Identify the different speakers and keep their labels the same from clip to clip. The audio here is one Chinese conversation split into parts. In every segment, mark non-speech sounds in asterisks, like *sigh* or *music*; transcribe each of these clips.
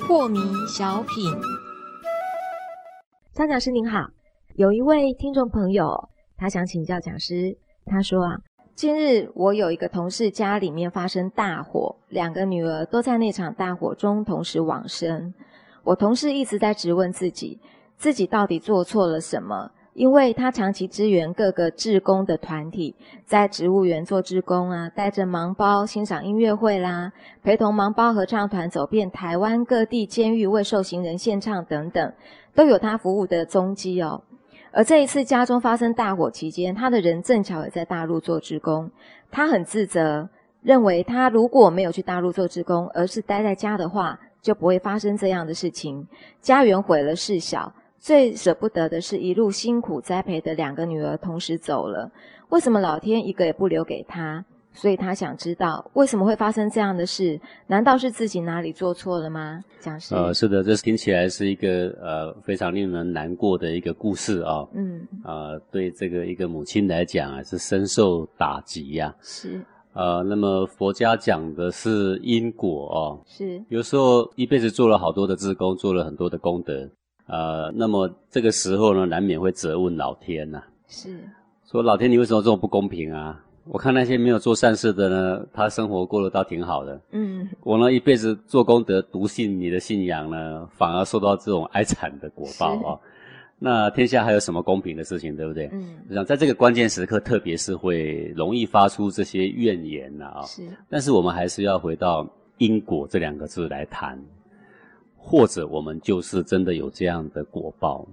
Speaker 1: 破迷小品，张讲师您好，有一位听众朋友，他想请教讲师，他说啊，近日我有一个同事家里面发生大火，两个女儿都在那场大火中同时往生。我同事一直在质问自己，自己到底做错了什么？因为他长期支援各个志工的团体，在植物园做志工啊，带着盲包欣赏音乐会啦，陪同盲包合唱团走遍台湾各地监狱为受刑人献唱等等，都有他服务的踪迹哦。而这一次家中发生大火期间，他的人正巧也在大陆做志工，他很自责，认为他如果没有去大陆做志工，而是待在家的话，就不会发生这样的事情。家园毁了事小。最舍不得的是，一路辛苦栽培的两个女儿同时走了，为什么老天一个也不留给他？所以他想知道为什么会发生这样的事？难道是自己哪里做错了吗？讲师，
Speaker 2: 呃，是的，这听起来是一个呃非常令人难过的一个故事啊、
Speaker 1: 嗯，
Speaker 2: 呃，对这个一个母亲来讲啊，是深受打击呀、
Speaker 1: 是
Speaker 2: 呃，那么佛家讲的是因果哦，
Speaker 1: 是，
Speaker 2: 有时候一辈子做了好多的志工，做了很多的功德，呃，那么这个时候呢，难免会责问老天呐、
Speaker 1: 是
Speaker 2: 说老天，你为什么这么不公平啊？我看那些没有做善事的呢，他生活过得倒挺好的。
Speaker 1: 嗯，
Speaker 2: 我呢一辈子做功德，笃信你的信仰呢，反而受到这种哀惨的果报
Speaker 1: 是
Speaker 2: 啊、那天下还有什么公平的事情，对不对？
Speaker 1: 嗯，
Speaker 2: 我想在这个关键时刻，特别是会容易发出这些怨言呐啊、
Speaker 1: 是
Speaker 2: 但是我们还是要回到因果这两个字来谈，或者我们就是真的有这样的果报。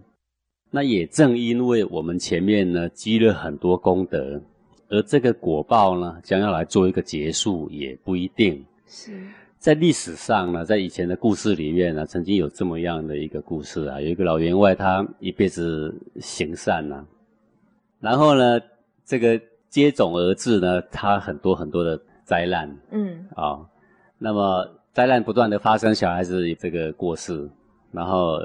Speaker 2: 那也正因为我们前面呢积了很多功德，而这个果报呢将要来做一个结束，也不一定。
Speaker 1: 是，
Speaker 2: 在历史上呢，在以前的故事里面呢，曾经有这么样的一个故事啊，有一个老员外，他一辈子行善呐、然后呢，这个接踵而至呢，他很多很多的灾难
Speaker 1: 嗯，
Speaker 2: 啊、那么灾难不断的发生，小孩子这个过世，然后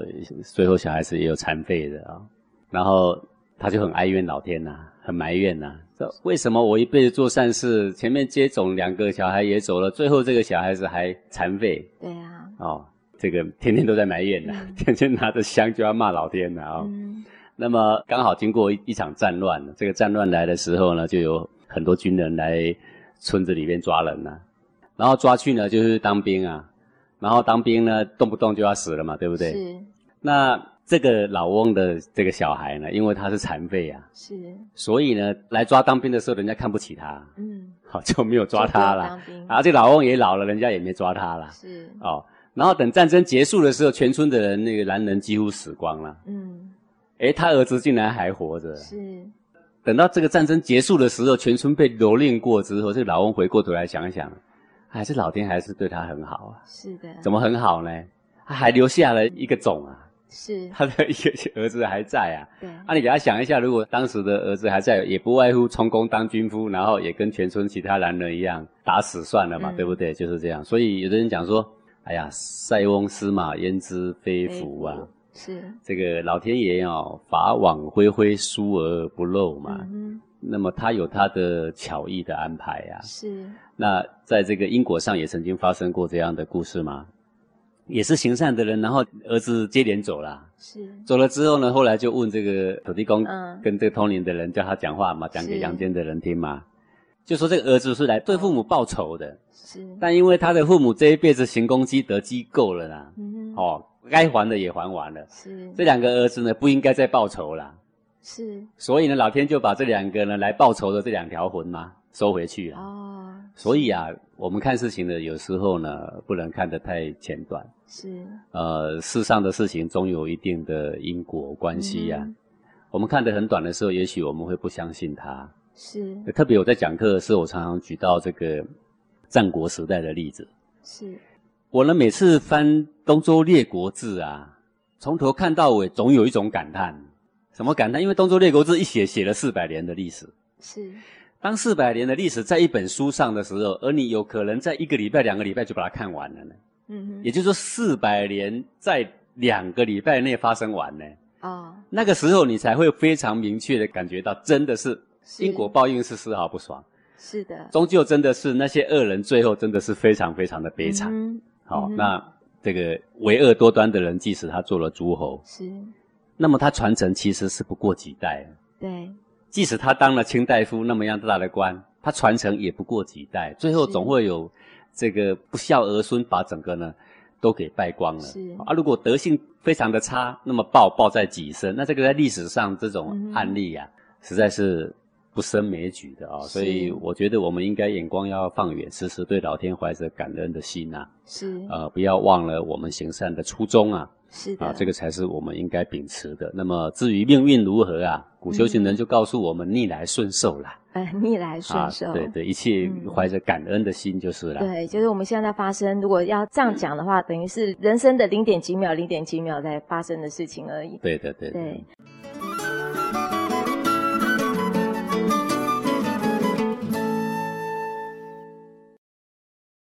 Speaker 2: 最后小孩子也有残废的啊、然后他就很哀怨老天呐、很埋怨呐、说为什么我一辈子做善事，前面接种两个小孩也走了，最后这个小孩子还残废
Speaker 1: 对啊，
Speaker 2: 哦，这个天天都在埋怨呐、
Speaker 1: 嗯
Speaker 2: *laughs* 天天拿着香就要骂老天呐、啊、哦。
Speaker 1: 嗯，
Speaker 2: 那么刚好经过一一场战乱，这个战乱来的时候呢，就有很多军人来村子里面抓人呐、然后抓去呢就是当兵啊，然后当兵呢动不动就要死了嘛，对不对？
Speaker 1: 是
Speaker 2: 那这个老翁的这个小孩呢，因为他是残废啊，
Speaker 1: 是，
Speaker 2: 所以呢来抓当兵的时候，人家看不起他， *laughs*
Speaker 1: 嗯，
Speaker 2: 好就没有抓
Speaker 1: 就不要
Speaker 2: 他啊了。
Speaker 1: 当兵
Speaker 2: 然后这老翁也老了，人家也没抓他了。
Speaker 1: 是，
Speaker 2: 哦，然后等战争结束的时候，全村的人那个男人几乎死光了，
Speaker 1: 嗯，
Speaker 2: 诶，他儿子竟然还活着。
Speaker 1: 是
Speaker 2: 等到这个战争结束的时候，全村被蹂躏过之后，这个老翁回过头来想一想，还是老天还是对他很好啊？
Speaker 1: 是的，
Speaker 2: 怎么很好呢？他还留下了一个种啊，
Speaker 1: 是
Speaker 2: 他的一个儿子还在啊。
Speaker 1: 对，
Speaker 2: 啊，你给他想一下，如果当时的儿子还在，也不外乎充公当军夫，然后也跟全村其他男人一样打死算了嘛，
Speaker 1: 嗯
Speaker 2: 对不对？就是这样。所以有的人讲说，哎呀，塞翁失马，焉知非福啊。
Speaker 1: 是，
Speaker 2: 这个老天爷哦，法网恢恢，疏而不漏嘛。
Speaker 1: 嗯
Speaker 2: 那么他有他的巧艺的安排呀、
Speaker 1: 哼，是
Speaker 2: 那在这个因果上也曾经发生过这样的故事吗？也是行善的人，然后儿子接连走了，
Speaker 1: 是，
Speaker 2: 走了之后呢，后来就问这个土地公
Speaker 1: 嗯
Speaker 2: 跟这个通灵的人，叫他讲话嘛，讲给
Speaker 1: 是
Speaker 2: 阳间的人听嘛，就说这个儿子是来对父母报仇的，
Speaker 1: 是，
Speaker 2: 但因为他的父母这一辈子行功积德积够了啦，
Speaker 1: 嗯哼，
Speaker 2: 哦，该还的也还完了，
Speaker 1: 是
Speaker 2: 这两个儿子呢不应该再报仇啦。
Speaker 1: 是
Speaker 2: 所以呢，老天就把这两个呢来报仇的这两条魂嘛收回去了。
Speaker 1: 哦，
Speaker 2: 所以啊，我们看事情呢，有时候呢不能看得太前短。
Speaker 1: 是嗯
Speaker 2: 呃，世上的事情总有一定的因果关系呀、
Speaker 1: 嗯
Speaker 2: 我们看得很短的时候，也许我们会不相信它。
Speaker 1: 是
Speaker 2: 特别我在讲课的时候，我常常举到这个战国时代的例子。
Speaker 1: 是
Speaker 2: 我呢每次翻《东周列国志》啊，从头看到尾，总有一种感叹。什么感叹？因为《东周列国志》一写写了四百年的历史。
Speaker 1: 是
Speaker 2: 当四百年的历史在一本书上的时候，而你有可能在一个礼拜、两个礼拜就把它看完了呢。
Speaker 1: 嗯哼
Speaker 2: 也就是说，四百年在两个礼拜内发生完呢。
Speaker 1: 哦，
Speaker 2: 那个时候你才会非常明确的感觉到，真的是
Speaker 1: 是
Speaker 2: 因果报应是丝毫不爽，
Speaker 1: 是的，
Speaker 2: 终究真的是那些恶人最后真的是非常非常的悲惨。
Speaker 1: 嗯
Speaker 2: 好、
Speaker 1: 嗯哼
Speaker 2: 那这个为恶多端的人，即使他做了诸侯，
Speaker 1: 是，
Speaker 2: 那么他传承其实是不过几代。啊
Speaker 1: 对，
Speaker 2: 即使他当了清大夫那么样大的官，他传承也不过几代，最后
Speaker 1: 是
Speaker 2: 总会有这个不孝儿孙把整个呢都给败光了
Speaker 1: 是。
Speaker 2: 啊，如果德性非常的差，那么报报在己身，那这个在历史上这
Speaker 1: 嗯
Speaker 2: 种
Speaker 1: 哼
Speaker 2: 案例啊，实在是不胜枚举的啊、
Speaker 1: 是
Speaker 2: 所以我觉得我们应该眼光要放远，时时对老天怀着感恩的心呐、
Speaker 1: 是，
Speaker 2: 呃，不要忘了我们行善的初衷啊。
Speaker 1: 是的，
Speaker 2: 啊，这个才是我们应该秉持的。那么至于命运如何啊，古修
Speaker 1: 嗯
Speaker 2: 行人就告诉我们逆来顺受啦，
Speaker 1: *laughs* 呃逆来
Speaker 2: 啊
Speaker 1: 顺受，，
Speaker 2: 对对，一切
Speaker 1: 嗯
Speaker 2: 怀着感恩的心就是啦。
Speaker 1: 对，就是我们现在发生，如果要这样讲的话，等于是人生的零点几秒、零点几秒在发生的事情而已。
Speaker 2: 对的对的，
Speaker 1: 对，